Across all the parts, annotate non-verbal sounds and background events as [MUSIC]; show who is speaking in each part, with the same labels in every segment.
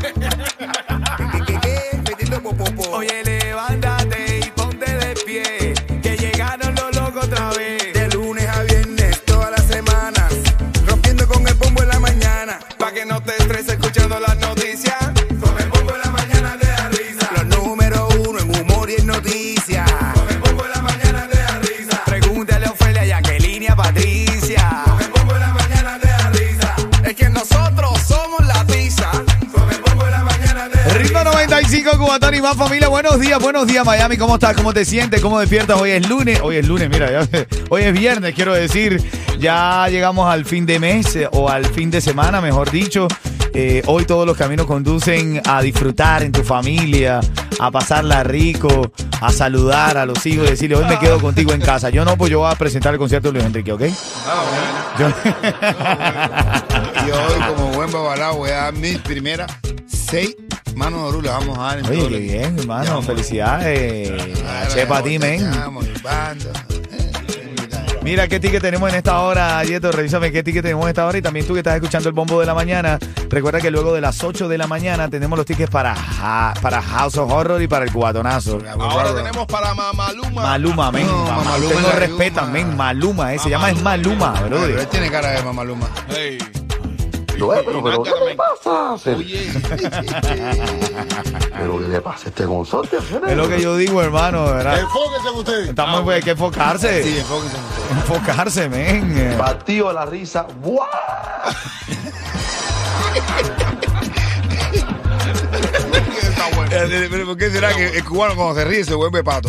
Speaker 1: ¿Qué, qué, qué? Metiendo popopó.
Speaker 2: Oye, levántate y ponte de pie. Que llegaron los locos otra vez.
Speaker 1: De lunes a viernes, todas las semanas, rompiendo con el bombo en la mañana.
Speaker 3: Pa' que no te estreses escuchando las noticias.
Speaker 4: Con el bombo en la mañana te da risa.
Speaker 1: Los número uno en humor y en noticias.
Speaker 4: Con el bombo en la mañana te da risa.
Speaker 2: Pregúntale a Ofelia, Jacqueline y a Patricia.
Speaker 4: Con el bombo en la mañana te da risa.
Speaker 3: Es que nosotros somos la pizza.
Speaker 4: Con el bombo en la mañana te da
Speaker 2: Ritmo
Speaker 4: risa.
Speaker 2: 95, Cubatón y más familia. Buenos días, buenos días, Miami. ¿Cómo estás? ¿Cómo te sientes? ¿Cómo despiertas? Hoy es lunes. Hoy es lunes, mira. ya- [LAUGHS] hoy es viernes, quiero decir. Ya llegamos al fin de mes eh, o al fin de semana, mejor dicho. Eh, hoy todos los caminos conducen a disfrutar en tu familia, a pasarla rico, a saludar a los hijos y decirle, hoy me
Speaker 5: Ah.
Speaker 2: quedo contigo en casa. Yo no, pues yo voy a presentar el concierto de Luis Enrique, ¿ok?
Speaker 5: [LAUGHS] Y hoy, como buen babalao, voy a dar mis primeras seis manos de oro. Le vamos a dar en
Speaker 2: Oye,
Speaker 5: todo
Speaker 2: qué
Speaker 5: el-
Speaker 2: bien,
Speaker 5: Ya,
Speaker 2: hermano.
Speaker 5: vamos.
Speaker 2: Felicidades.
Speaker 5: Ahora
Speaker 2: Chepa a ti,
Speaker 5: ya
Speaker 2: men.
Speaker 5: volteamos, y bando. Eh,
Speaker 2: Mira qué ticket tenemos en esta hora, Yeto. Revísame qué ticket tenemos en esta hora. Y también tú que estás escuchando el bombo de la mañana. Recuerda que luego de las 8 de la mañana tenemos los tickets para, Ha- para House of Horror y para el Cubatonazo.
Speaker 3: Ahora tenemos para Mamaluma.
Speaker 2: Maluma, men.
Speaker 5: No,
Speaker 2: Mamá,
Speaker 5: Mamaluma,
Speaker 2: Usted no
Speaker 5: Maluma.
Speaker 2: respeta, men. Maluma, eh. Se llama es Maluma,
Speaker 5: Pero
Speaker 2: brother.
Speaker 5: él tiene cara de mamaluma.
Speaker 3: Ey.
Speaker 6: Yo, eh, pero, pero, ¿qué le
Speaker 3: También.
Speaker 6: pasa? Pero,
Speaker 3: Oye,
Speaker 6: [LAUGHS] pero, ¿qué le pasa a este consorte?
Speaker 2: Es lo que yo digo, hermano, de ¿verdad?
Speaker 5: Enfóquense ustedes. Ah,
Speaker 2: Estamos, pues, hay que
Speaker 5: Sí,
Speaker 2: enfocarse.
Speaker 5: enfóquense ustedes.
Speaker 2: Enfocarse, men.
Speaker 6: Batido a la risa. ¡Buah!
Speaker 5: Eh, Pero ¿por qué será que el cubano cuando se ríe se vuelve pato?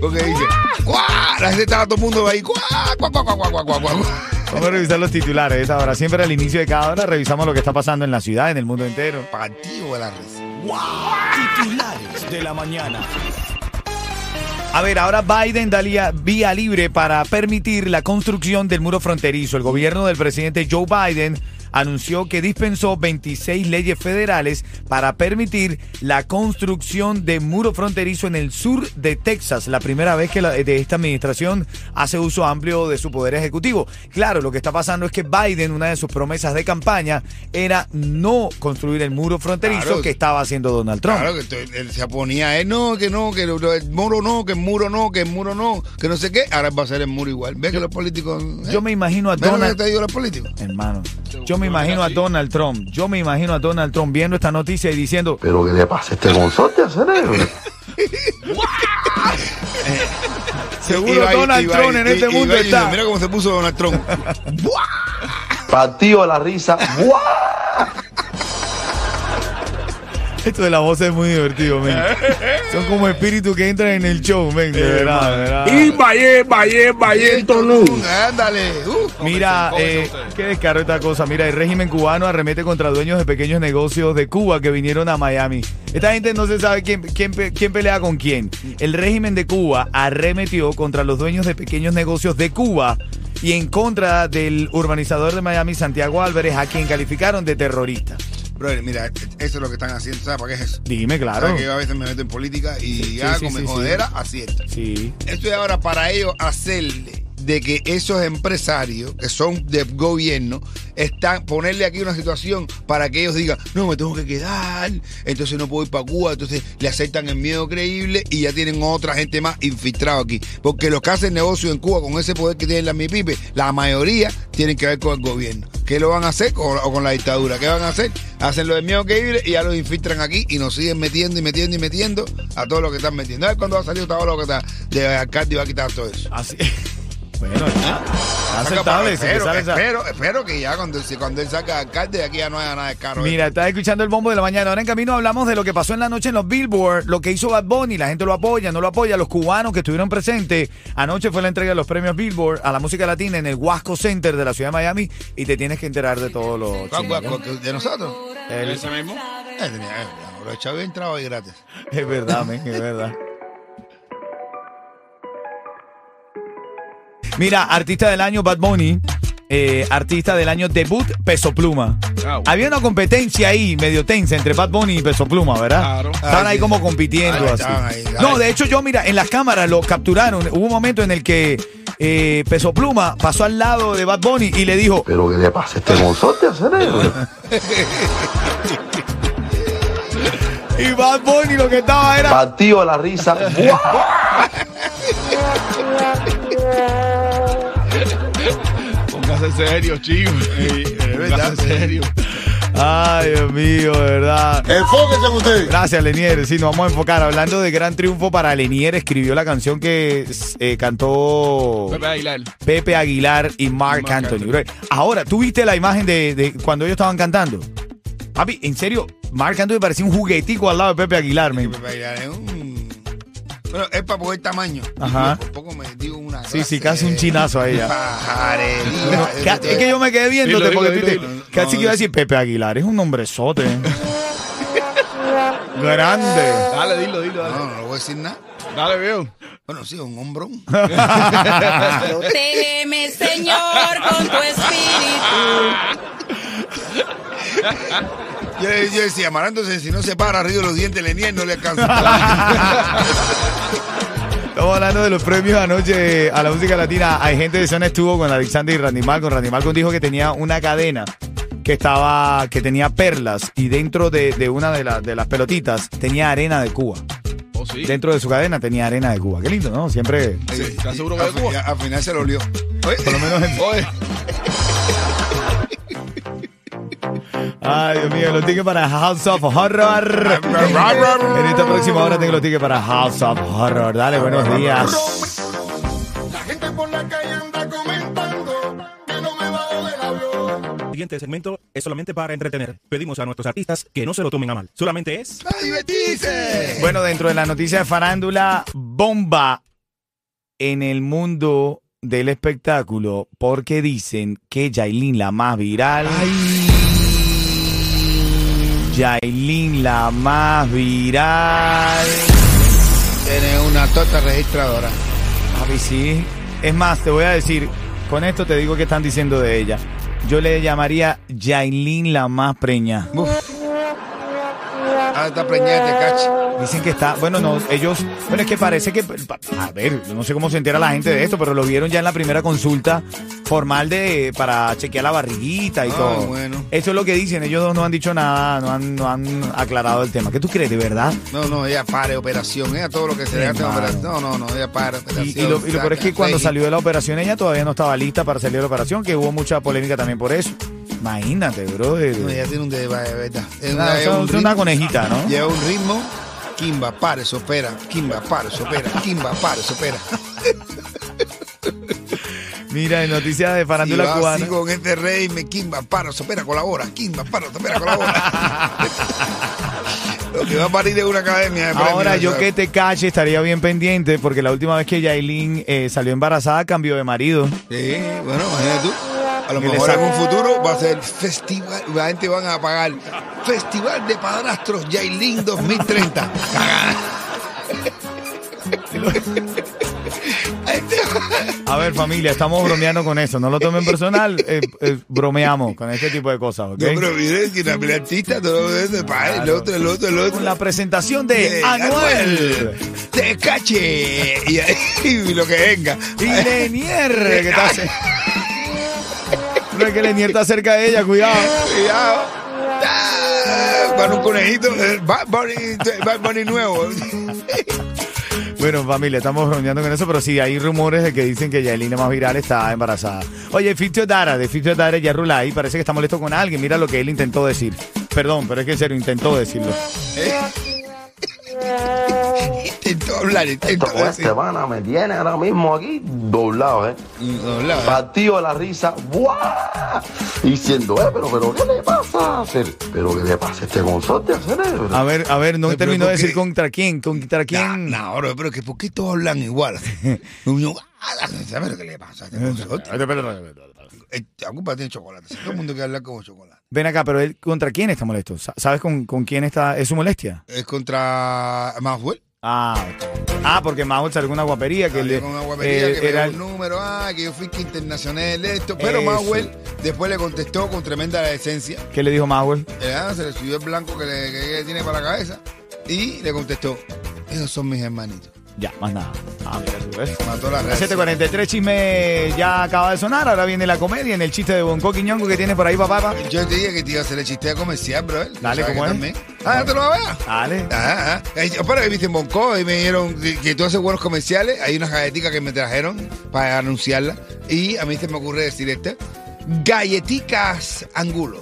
Speaker 5: Porque dice, ¡cuá! La gente estaba todo el mundo ahí, ¡cuá! ¡cuá, cuá, cuá, cuá, cuá, cuá, cuá!
Speaker 2: Vamos a revisar los titulares de esta hora. Siempre al inicio de cada hora revisamos lo que está pasando en la ciudad, en el mundo entero.
Speaker 5: Partido de la risa.
Speaker 2: Titulares de la mañana. A ver, ahora Biden daría vía libre para permitir la construcción del muro fronterizo. El gobierno del presidente Joe Biden anunció que dispensó 26 leyes federales para permitir la construcción de muro fronterizo en el sur de Texas, la primera vez que la- eh, de esta administración hace uso amplio de su poder ejecutivo. Claro, lo que está pasando es que Biden, una de sus promesas de campaña era no construir el muro fronterizo
Speaker 5: Claro.
Speaker 2: que estaba haciendo Donald Trump.
Speaker 5: Claro, que esto- él se ponía, él no, que no, que el, el muro no, que el muro no, que el muro no, que no sé qué. Ahora va a ser el muro igual. ¿Ves que los políticos. eh?
Speaker 2: Yo me imagino a
Speaker 5: ¿Ves lo que
Speaker 2: Donald
Speaker 5: te digo los políticos?
Speaker 2: hermano. Yo me imagino a Donald Trump. Yo me imagino a Donald Trump viendo esta noticia y diciendo,
Speaker 6: Pero, ¿qué le pasa a este consorte? Cerebro?
Speaker 2: seguro
Speaker 5: Ibai-
Speaker 2: Donald
Speaker 5: Ibai-
Speaker 2: Trump en
Speaker 5: I-
Speaker 2: este
Speaker 5: Ibai
Speaker 2: mundo
Speaker 5: diciendo,
Speaker 2: está.
Speaker 5: Mira cómo se puso Donald Trump.
Speaker 2: [LAUGHS]
Speaker 6: Batido a la risa. ¡Buah!
Speaker 2: Esto de la voz es muy divertido,
Speaker 5: [LAUGHS]
Speaker 2: men. Son como espíritus que entran en el show, men. De
Speaker 5: Eh,
Speaker 2: verdad, de verdad.
Speaker 5: Ándale. uh.
Speaker 2: Mira, eh, qué descaro esta cosa. Mira, el régimen cubano arremete contra dueños de pequeños negocios de Cuba que vinieron a Miami. Esta gente no se sabe quién, quién, pe- quién pelea con quién. El régimen de Cuba arremetió contra los dueños de pequeños negocios de Cuba y en contra del urbanizador de Miami, Santiago Álvarez, a quien calificaron de terrorista.
Speaker 5: Brother, mira, eso es lo que están haciendo. ¿Sabes para qué es eso?
Speaker 2: Dime, claro.
Speaker 5: ¿Sabes que yo a veces me meto en política y
Speaker 2: Sí,
Speaker 5: ya
Speaker 2: sí,
Speaker 5: con
Speaker 2: sí,
Speaker 5: mi
Speaker 2: sí.
Speaker 5: jodera acierta.
Speaker 2: Sí.
Speaker 5: Esto es ahora para ellos hacerle de que esos empresarios que son de gobierno están ponerle aquí una situación para que ellos digan no me tengo que quedar entonces no puedo ir para Cuba entonces le aceptan el miedo creíble y ya tienen otra gente más infiltrada aquí porque los que hacen negocio en Cuba con ese poder que tienen las MIPIPE la mayoría tienen que ver con el gobierno ¿qué lo van a hacer? o, o con la dictadura ¿qué van a hacer? hacen lo del miedo creíble y ya los infiltran aquí y nos siguen metiendo y metiendo y metiendo a todo lo que están metiendo a ver cuándo va a salir esta hora que está de alcalde y va a quitar todo eso
Speaker 2: Así. [LAUGHS] Bueno, ya. aceptable. se
Speaker 5: espero,
Speaker 2: empezaron esa-
Speaker 5: espero, espero que ya cuando, si cuando él saca alcalde de aquí ya no haya nada de caro.
Speaker 2: Mira, estás escuchando el bombo de la mañana. Ahora en camino hablamos de lo que pasó en la noche en los Billboard, lo que hizo Bad Bunny, la gente lo apoya, no lo apoya, los cubanos que estuvieron presentes. Anoche fue la entrega de los premios Billboard a la música latina en el Wasco Center de la ciudad de Miami y te tienes que enterar de todo lo
Speaker 5: ¿Cuál
Speaker 2: chingo.
Speaker 5: guaco? ¿De nosotros?
Speaker 2: El-
Speaker 3: ese mismo.
Speaker 5: Eh, tenía- eh, Los chavos entraban ahí gratis.
Speaker 2: Es verdad, men, es verdad. Mira, artista del año Bad Bunny. eh, artista del año debut Peso Pluma.
Speaker 3: Ah, bueno.
Speaker 2: Había una competencia ahí medio tensa entre Bad Bunny y Peso Pluma, ¿verdad?
Speaker 3: Claro.
Speaker 2: Estaban
Speaker 5: Ah,
Speaker 2: ahí
Speaker 5: sí.
Speaker 2: como compitiendo
Speaker 5: Ahí
Speaker 2: así.
Speaker 5: estaban ahí,
Speaker 2: no,
Speaker 5: ahí.
Speaker 2: de hecho yo mira, en las cámaras lo capturaron. Hubo un momento en el que eh, Peso Pluma pasó al lado de Bad Bunny y le dijo,
Speaker 6: Pero que le pasa este gonzote al cerebro.
Speaker 2: y Bad Bunny lo que estaba era
Speaker 6: Batido a la risa. ¡Guau!
Speaker 3: Póngase serio, chico.
Speaker 2: eh,
Speaker 3: Póngase serio.
Speaker 2: Ay, Dios mío, de verdad.
Speaker 5: Enfóquense en ustedes.
Speaker 2: Gracias, Lenier. Sí, nos vamos a enfocar. Hablando de gran triunfo para Lenier, escribió la canción que eh, cantó
Speaker 3: Pepe Aguilar.
Speaker 2: Pepe Aguilar y Mark,
Speaker 3: Marc
Speaker 2: Anthony.
Speaker 3: Anthony.
Speaker 2: Bro, Ahora, ¿tú viste la imagen de, de cuando ellos estaban cantando? Papi, en serio, Mark Anthony parecía un juguetico al lado de Pepe Aguilar, men.
Speaker 5: Pepe Aguilar Pues es un. Bueno, es para poder tamaño.
Speaker 2: Ajá.
Speaker 5: Yo Por poco me digo una.
Speaker 2: Sí, sí, casi un chinazo ahí, ya. [LAUGHS] No, ca-
Speaker 5: [LAUGHS] Pajarería.
Speaker 2: es que yo me quedé viéndote
Speaker 3: Dilo,
Speaker 2: porque
Speaker 3: dilo,
Speaker 2: tú te-
Speaker 3: dilo, dilo.
Speaker 2: casi que iba a decir Pepe Aguilar, es un
Speaker 3: [LAUGHS]
Speaker 2: hombrezote. Grande.
Speaker 3: Dale, dilo, dilo, dale.
Speaker 5: No, no le voy a decir nada.
Speaker 3: Dale, veo.
Speaker 5: Bueno, sí, un hombrón.
Speaker 2: [LAUGHS] Ah.
Speaker 7: Protégeme, Señor, con tu espíritu.
Speaker 5: Yo, le- yo decía, amarándose, si no se para arriba de los dientes, le niega, no le alcanza.
Speaker 2: [LAUGHS] Estamos hablando de los premios anoche a la música latina. Hay gente de zona estuvo con Alexander y Randy Malcolm. Randy Malcolm dijo que tenía una cadena que estaba, que tenía perlas y dentro de, de una de, la- de las pelotitas tenía arena de Cuba.
Speaker 3: Oh, sí.
Speaker 2: Dentro de su cadena tenía arena de Cuba. Qué lindo, ¿no? Siempre.
Speaker 3: Sí, ¿Estás seguro que
Speaker 5: Al
Speaker 3: es Cuba?
Speaker 5: fin- Al final se lo olió.
Speaker 2: Por lo
Speaker 5: [LAUGHS]
Speaker 2: menos en-
Speaker 3: Oye,
Speaker 2: Ay, Dios mío, los tickets para House of Horror. En esta próxima hora tengo los tickets para House of Horror. Dale, buenos días.
Speaker 4: La gente por la calle anda comentando que no me bajo del avión.
Speaker 8: El siguiente segmento es solamente para entretener. Pedimos a nuestros artistas que no se lo tomen a mal. Solamente es...
Speaker 5: ¡A divertirse!
Speaker 2: Bueno, dentro de la noticia de farándula, bomba en el mundo del espectáculo porque dicen que Yailin, la más viral. Yailin, la más viral.
Speaker 5: Tiene una tota registradora.
Speaker 2: Papi, sí. Es más, te voy a decir, con esto te digo que están diciendo de ella. Yo le llamaría Yailin la más preña.
Speaker 5: Ahora Ah, está preñada este de cache.
Speaker 2: Dicen que está, bueno, no, ellos, bueno, es que parece que, a ver, yo no sé cómo se entera la gente de esto, pero lo vieron ya en la primera consulta formal de, para chequear la barriguita y
Speaker 5: Ah,
Speaker 2: todo.
Speaker 5: bueno.
Speaker 2: Eso es lo que dicen, ellos dos no han dicho nada, no han, no han aclarado el tema. ¿Qué tú crees, de verdad?
Speaker 5: No, no, ella para operación. Ella todo lo que se le hace
Speaker 2: Hermano.
Speaker 5: operación. No, no, no, ella para operación.
Speaker 2: Y, y lo, y lo peor es que
Speaker 5: saca,
Speaker 2: cuando
Speaker 5: registro.
Speaker 2: salió de la operación, ella todavía no estaba lista para salir de la operación, que hubo mucha polémica también por eso. Imagínate, bro. de-
Speaker 5: No, ella tiene un de de verdad. Es
Speaker 2: Nada,
Speaker 5: lleva
Speaker 2: son-
Speaker 5: un
Speaker 2: son Ah, una
Speaker 5: ritmo-
Speaker 2: conejita, ¿no?
Speaker 5: Lleva un ritmo. Kimba, pare, sopera. Kimba, pare, sopera. Kimba,
Speaker 2: [LAUGHS]
Speaker 5: pare, sopera.
Speaker 2: Mira, en noticias de
Speaker 5: Y
Speaker 2: farándula
Speaker 5: va
Speaker 2: cubana.
Speaker 5: así con este rey, me Kimba, pare, sopera, colabora. Kimba, pare,
Speaker 2: [LAUGHS]
Speaker 5: sopera, colabora. Lo que va a parir es una academia de
Speaker 2: Ahora
Speaker 5: premios,
Speaker 2: yo que
Speaker 5: ¿sabes?
Speaker 2: te cache estaría bien pendiente porque la última vez que Yailin eh, salió embarazada cambió de marido.
Speaker 5: Sí, bueno, imagínate tú. A lo
Speaker 2: Que le
Speaker 5: mejor en
Speaker 2: saca-
Speaker 5: un futuro va a ser festival, la gente van a pagar Festival de Padrastros Yailin 2030.
Speaker 2: A ver familia, estamos bromeando con eso, no lo tomen personal, eh, eh, bromeamos con este tipo de cosas, ¿ok?
Speaker 5: Yo creo que es una pelea artista, todo lo de para el
Speaker 2: Claro.
Speaker 5: otro, el otro, el otro.
Speaker 2: Con la presentación de
Speaker 5: Eh,
Speaker 2: Anuel
Speaker 5: Te cache. Y, y lo que venga.
Speaker 2: y Lenier que está ce- Pero es que Lenier está cerca de ella, cuidado.
Speaker 5: Cuidado. Ah, Con un conejito. eh, Bad Bunny, Bad Bunny nuevo.
Speaker 2: Bueno, familia, estamos bromeando con eso, pero sí, hay rumores de que dicen que Yailin más viral está embarazada. Oye, Fitio Dara, de Fitio Dara ya rula ahí, parece que está molesto con alguien. Mira lo que él intentó decir. Perdón, pero es que en serio intentó decirlo.
Speaker 5: Intentó hablar, intentó
Speaker 6: Esta
Speaker 5: decir.
Speaker 2: este
Speaker 6: semana me tiene ahora mismo aquí doblado, ¿eh?
Speaker 5: No hablaba.
Speaker 6: Batido a la risa. ¡Buah! Diciendo, eh, pero, pero, ¿qué le pasa a cere- Pero que le pasa este gonzote al cerebro.
Speaker 2: A ver, a ver, no
Speaker 5: Pero,
Speaker 2: terminó de
Speaker 5: ¿por
Speaker 2: decir
Speaker 5: qué?
Speaker 2: contra quién, contra
Speaker 5: Nah,
Speaker 2: quién.
Speaker 5: nah, bro, pero que ¿por qué todos
Speaker 2: [LAUGHS]
Speaker 5: hablan igual? Uno, ah, ¿sabes lo que le pasa? Eh, Ocupa tiene chocolate. Todo el mundo quiere hablar como chocolate.
Speaker 2: Ven acá, pero él, ¿contra quién está molesto? Sa- ¿Sabes con, con quién está? ¿Es su molestia?
Speaker 5: Es contra Maxwell.
Speaker 2: Ah, ok. Ah, porque Mao salió con una guapería que le.
Speaker 5: Salió con una guapería
Speaker 2: eh,
Speaker 5: que
Speaker 2: era-
Speaker 5: era un número, ah, que yo fui que internacional esto. Pero
Speaker 2: Eso.
Speaker 5: Mauer después le contestó con tremenda decencia.
Speaker 2: ¿Qué le dijo Mauer?
Speaker 5: Eh, ah, se le subió el blanco que le, que le tiene para la cabeza. Y le contestó, esos son mis hermanitos.
Speaker 2: Ya, más nada. Ah, mira tú, ¿ves?
Speaker 5: Mató la
Speaker 2: La
Speaker 5: reacción.
Speaker 2: 743 chisme ya acaba de sonar, ahora viene la comedia en el chiste de Bonco Quiñongo que tienes por ahí, papá. papá.
Speaker 5: Yo te dije que te iba a hacer el chiste de comercial, bro.
Speaker 2: Dale, ¿cómo
Speaker 5: como
Speaker 2: es?
Speaker 5: Ah, ¿ya te lo Ah, vas a
Speaker 2: Dale.
Speaker 5: ver. Ajá, ajá. Ay, Para que viste en Bonco y me dijeron que- que tú haces buenos comerciales. Hay unas galletitas que me trajeron para anunciarlas. Y a mí se me ocurre decir este. Galletitas Angulos.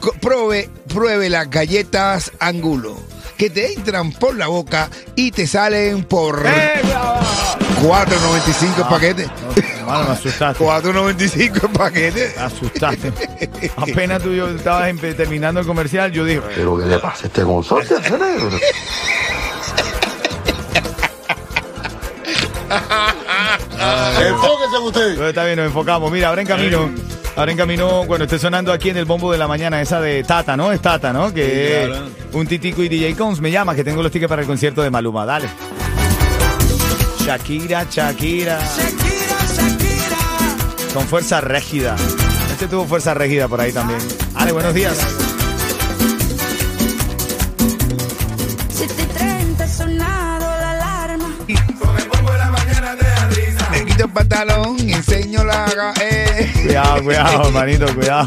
Speaker 5: Co- Pruebe, pruebe las galletas Angulo. Que te entran por la boca y te salen por
Speaker 2: ¡Eh, Ah. bravo!
Speaker 5: 4.95 el paquete.
Speaker 2: Hermano, me asustaste.
Speaker 5: 4.95 el paquete.
Speaker 2: Me asustaste. Apenas tú y yo estabas empe- terminando el comercial, yo dije,
Speaker 6: Pero que le pase a este consorcio al cerebro.
Speaker 4: Enfóquense en ustedes.
Speaker 2: Pero está bien, nos enfocamos. Mira, ahora en camino. Ahora en camino, bueno, esté sonando aquí en el bombo de la mañana, esa de Tata, ¿no? Es Tata, ¿no? Que
Speaker 3: Sí, claro.
Speaker 2: es un titico y DJ Cons me llama, que tengo los tickets para el concierto de Maluma. Dale. Shakira, Shakira. Con fuerza rígida. Este tuvo fuerza rígida por ahí también. Ale, buenos días.
Speaker 7: 7 y 30 sonado la alarma.
Speaker 5: Me quito el pantalón y enseño la eh. galleta.
Speaker 2: Cuidado, cuidado, hermanito, cuidado.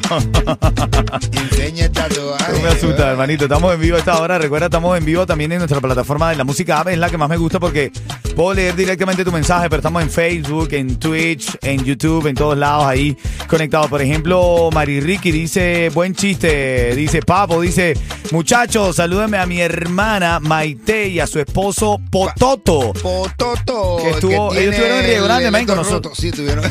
Speaker 5: Enseña el tatuaje.
Speaker 2: No me asustas, hermanito. Estamos en vivo a esta hora. Recuerda, estamos en vivo también en nuestra plataforma de la música app. Es la que más me gusta porque puedo leer directamente tu mensaje, pero estamos en Facebook, en Twitch, en YouTube, en todos lados ahí conectados. Por ejemplo, Mari Ricky dice, buen chiste. Dice, Papo, dice, muchachos, salúdenme a mi hermana Maite y a su esposo Pototo.
Speaker 5: Pototo.
Speaker 2: Que estuvo-
Speaker 5: tiene
Speaker 2: ellos estuvieron en Río Grande,
Speaker 5: el
Speaker 2: man, con
Speaker 5: electro
Speaker 2: nosotros. Oh.
Speaker 5: roto. Sí, estuvieron.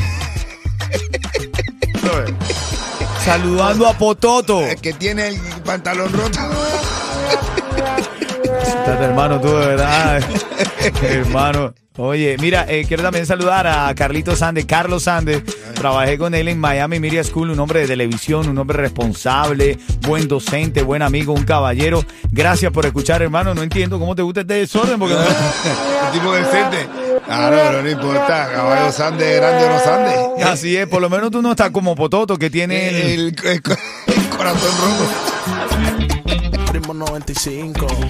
Speaker 2: Saludando a Pototo.
Speaker 5: El que tiene el pantalón
Speaker 2: [LAUGHS]
Speaker 5: roto.
Speaker 2: Estás, hermano, tú, de verdad. [LAUGHS] hermano. Oye, mira, eh, quiero también saludar a Carlito Sande, Carlos Sande. Trabajé con él en Miami Media School, un hombre de televisión, un hombre responsable, buen docente, buen amigo, un caballero. Gracias por escuchar, hermano. No entiendo cómo te gusta este desorden, porque
Speaker 5: el tipo decente. Claro, pero no importa. Caballo Sande, grande o no Sande.
Speaker 2: [LAUGHS] así es. Por lo menos tú no estás como Pototo, que tiene el-
Speaker 5: El, el co- el corazón roto.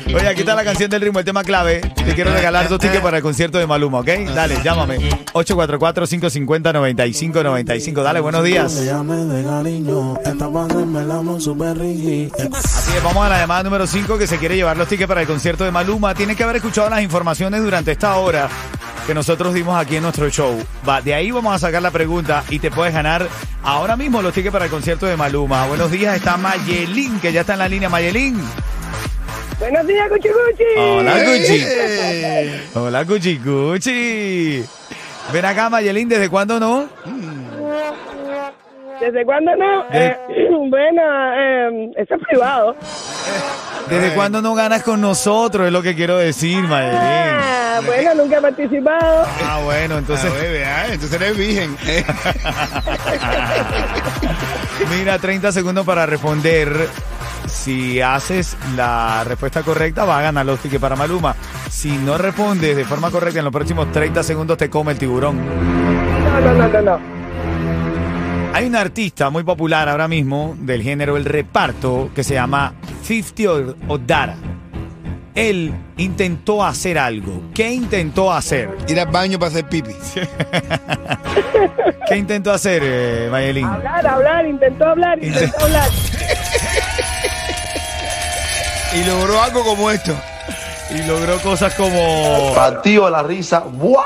Speaker 2: Oye, aquí está la canción del ritmo, el tema clave. Te quiero regalar dos tickets para el concierto de Maluma, ¿ok? Dale, llámame. 844-550-9595. Dale, buenos días. Así es, vamos a la llamada número 5 que se quiere llevar los tickets para el concierto de Maluma. Tienes que haber escuchado las informaciones durante esta hora que nosotros dimos aquí en nuestro show. Va, de ahí vamos a sacar la pregunta y te puedes ganar ahora mismo los tickets para el concierto de Maluma. Buenos días, está Mayelín, que ya está en la línea. Mayelín.
Speaker 9: Buenos días, Cuchi
Speaker 2: Hola, Gucci.
Speaker 5: Eh,
Speaker 2: Hola, Gucci Gucci. Ven acá, Mayelín, ¿desde cuándo no?
Speaker 9: ¿Desde cuándo no? [CLEARS THROAT]
Speaker 2: De-
Speaker 9: Eh, bueno, eh, eso es privado.
Speaker 2: ¿Desde cuándo no ganas con nosotros? Es lo que quiero decir, Mayelín.
Speaker 9: Ah, bueno, nunca he participado.
Speaker 2: Ah, bueno,
Speaker 5: Entonces,
Speaker 2: entonces,
Speaker 5: Pues entonces eres virgen. [LAUGHS] eh.
Speaker 2: mira, 30 segundos para responder. Si haces la respuesta correcta, va a ganar los tickets para Maluma. Si no respondes de forma correcta, en los próximos 30 segundos te come el tiburón.
Speaker 9: No, no, no, no, no.
Speaker 2: Hay un artista muy popular ahora mismo del género El Reparto que se llama 50 Odara. Él intentó hacer algo. ¿Qué intentó hacer?
Speaker 5: Ir al baño para hacer pipi.
Speaker 2: ¿Qué intentó hacer, eh, Mayelín?
Speaker 9: Hablar, hablar, intentó hablar, intentó hablar.
Speaker 5: Y logró algo como esto.
Speaker 2: Y logró cosas como...
Speaker 6: Partido a la risa. ¡Buah!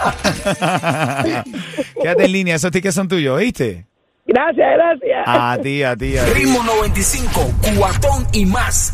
Speaker 2: [LAUGHS] Quédate en línea, esos tickets son tuyos, ¿viste?
Speaker 9: Gracias, gracias.
Speaker 2: A ti, a ti, a ti.
Speaker 10: Ritmo 95, cuatón y más.